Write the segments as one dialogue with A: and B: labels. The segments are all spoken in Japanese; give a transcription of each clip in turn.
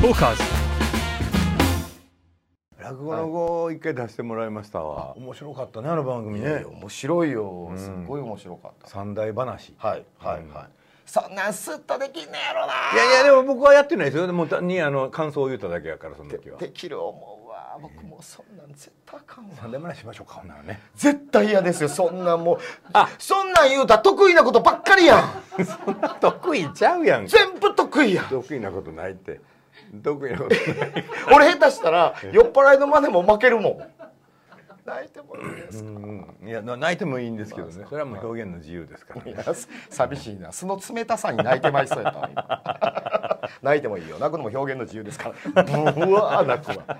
A: トーカーズ
B: 落語の語を一回出してもらいましたわ。面白かったねあの番組ね。
C: 面白いよすっごい面白かっ
B: 三大話。
C: た、はいはいはいそんなんスッとできんねやろない
B: やいやでも僕はやってないですよ。もう単にあの感想を言っただけやからその時は。
C: できる思うわ僕もそんなん絶対あかんわ
B: 三大話しましょうかほんならね。
C: 絶対嫌ですよそんなんもうあそんなん言うたら得意なことばっかりやん
B: 得意ちゃうやん。
C: 全部得意やん
B: 得意なことないって。得意なことない。
C: 俺下手したら酔っ払いの真似も負けるもん泣いてもいいですか
B: うんいやな泣いてもいいんですけどね。それはもう表現の自由ですから
C: い
B: ね。
C: やす 寂しいなその冷たさに泣いてまいそうやったわ今 泣いてもいいよ泣くのも表現の自由です からうわー泣くわ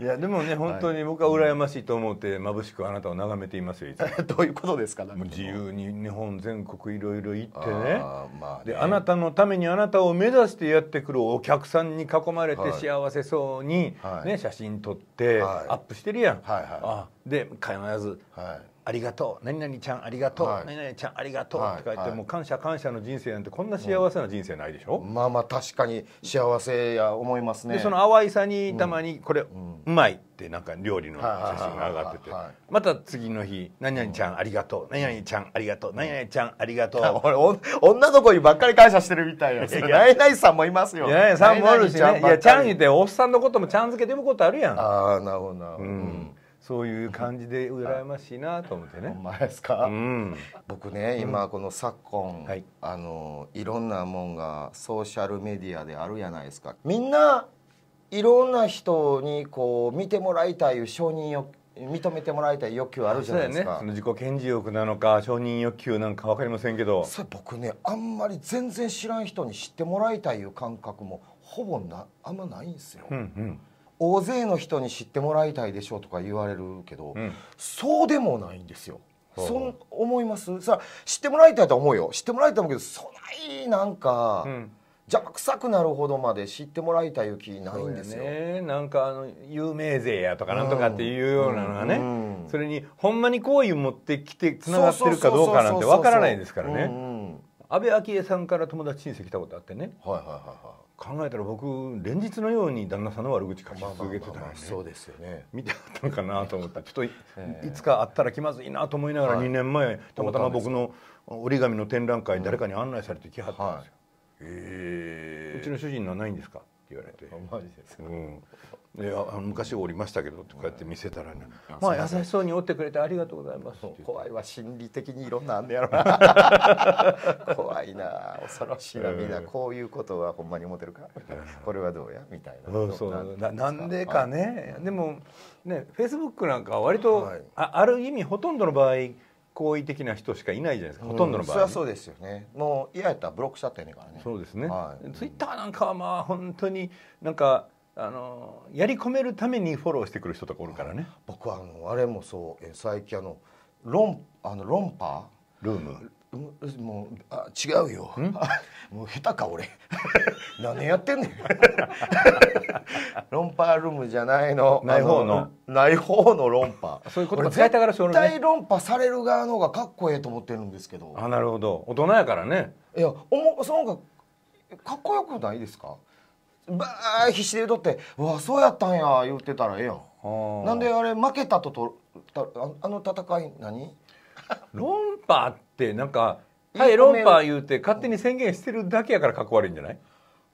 B: いやでもね本当に僕は羨ましいと思って眩しくあなたを眺めていますよいつも。
C: どういうことですかね
B: もう自由に日本全国いろいろ行ってね。
C: あーまあね
B: であなたのためにあなたを目指してやってくるお客さんに囲まれて
C: はい
B: 幸せそうに、
C: はい
B: ね、写真撮って
C: はい
B: アップしてるやん、
C: はいはい
B: あで必ず
C: は
B: 「ありがとう何々ちゃんありがとう、
C: はい
B: 何々ちゃんありがとう」
C: はい
B: って書いて、
C: はい
B: もう感謝感謝の人生なんてこんな幸せな人生ないでしょ、
C: いまあまあ確かに幸せや思いますね
B: でその淡いさにたまに「これ、うまい」ってなんか料理の写真が上がってて
C: はいはいはいはい
B: また次の日「何々ちゃんありがとう何々ちゃんありがとう何々ちゃんありがとう」
C: 俺お女の子にばっかり感謝してるみたいや
B: いや
C: ナイナイさんもいますよ
B: いやいや、さんもあるしね。い
C: ナイナイばっかり
B: や、ちゃん言って、おっさんのこともちゃん付けで呼ぶことあるやん。
C: ああなるほどなるほど、
B: う
C: うんん、
B: そういう感じで羨ましいなと思って
C: ほ
B: ね
C: ん。まですか、
B: うん。
C: 僕ね今この昨今、
B: はい
C: あのいろんなもんがソーシャルメディアであるやないですかみんないろんな人にこう見てもらいたいいう承認欲認めてもらいたい欲求あるじ
B: そ
C: ゃ
B: う
C: な
B: だよ
C: いで
B: ね
C: す。か
B: その自己顕示欲なのか、承認欲求なんかわかりませんけど。
C: それ僕ねあんまり全然知らん人に知ってもらいたいいう感覚もほぼなあんまないんですよ、
B: うんうん。
C: 大勢の人に知ってもらいたいでしょうとか言われるけど、
B: ん
C: そうでもないんですよ。
B: ほう
C: そん思いますさ知ってもらいたいとは思うよ知ってもらいたいと思うけどそないなんか、
B: うん
C: 邪魔くさくなるほどまで知ってもらいたい気ないんです
B: そう
C: よ。
B: やね。なんか、あの、有名税やとかなんとかっていうようなのが
C: う
B: ね。
C: ん
B: それに、ほんまに好意を持ってきて、繋がってるかどうかなんてわからないですから
C: う
B: ね。
C: んうん
B: 安倍昭恵さんから友達申請来たことあってね。
C: はいはいはい
B: 考えたら僕連日のように旦那さんの悪口書き
C: はい。
B: 続けてたん
C: まあまあまあそうですよね。
B: 見てあったのかなと思ったちょっとい,、
C: ええ
B: いつかあったら気まずいなと思いながら
C: はい
B: 2年前、たまたま僕の折り紙の展覧会誰かに案内されて来はったんですよ、
C: え
B: うちの主人のはないんですか?」って言われて「
C: マジですか。
B: うん、いやあの昔おりましたけど」ってこうやって見せたらね「
C: あ
B: まあ
C: すいません
B: 優しそうに折ってくれてありがとうございます」って言って
C: 怖いわ心理的にいろんなあんねやろな 怖いな恐ろしいなみんなこういうことはほんまに思ってるかこれはどうやみたいな
B: そうそうななんでかね、でもねフェイスブックなんかは割と、
C: はい
B: あある意味ほとんどの場合好意的な人しかいないじゃないですか、ほとんどの場合、
C: そりゃそうですよねもう嫌やったらブロックしちゃったんねからね
B: そうですね、
C: はい
B: ツイッターなんかはまあ本当になんかあのやり込めるためにフォローしてくる人とかおるからね、
C: 僕はあのあれもそうえ最近あの論あの論破
B: ルーム
C: うんもうあ違うよ もう下手か俺 何年やってんね ん論破ルームじゃないの
B: ない方の
C: あない方の論破
B: そういう言葉使いたがる人おるね
C: 俺絶対論破される側の方がかっこええと思ってるんですけど
B: あなるほど大人やからね
C: いやおもその方がかっこよくないですかばー必死で言うとって「うわそうやったんや」言ってたらええやん
B: ー
C: なんであれ負けたととたああの戦い何
B: 論破ってなんか「
C: いい
B: はい
C: コ
B: 論
C: メント
B: 破」言うて勝手に宣言してるだけやからかっこ悪いんじゃない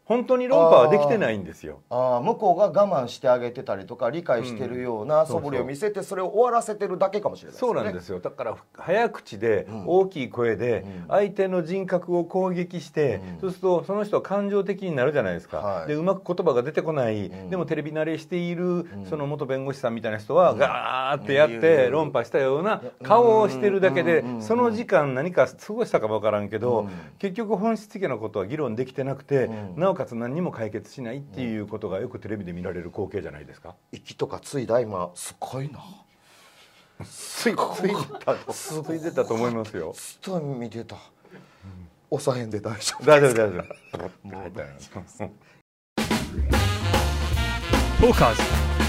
B: 本当に論破はできてないんですよ
C: あー向こうが我慢してあげてたりとか理解してるような
B: そうそう
C: 素振りを見せてそれを終わらせてるだけかもしれないですね
B: そうなんですよだから早口で
C: うん
B: 大きい声で
C: うん
B: 相手の人格を攻撃して、
C: うん
B: そうするとその人は感情的になるじゃないですか、
C: はい
B: でうまく言葉が出てこない、
C: うん
B: でもテレビ慣れしている、
C: ん
B: その元弁護士さんみたいな人はガーってやっ
C: いやいやい
B: て
C: や
B: 論破したような顔をしてるだけで、
C: うんうんうん
B: その時間何か過ごしたかわからんけど、
C: うん
B: 結局本質的なことは議論できてなくて、
C: うん
B: なおかつ何にも解決しないっていうことがよくテレビで見られる光景じゃないですか。
C: 息とかついだ今すごいな
B: ついついついてたと思いますよ。
C: ずっと見てた抑えんで大丈
B: 大丈夫大丈夫。
C: 夫もう
B: トーカーズ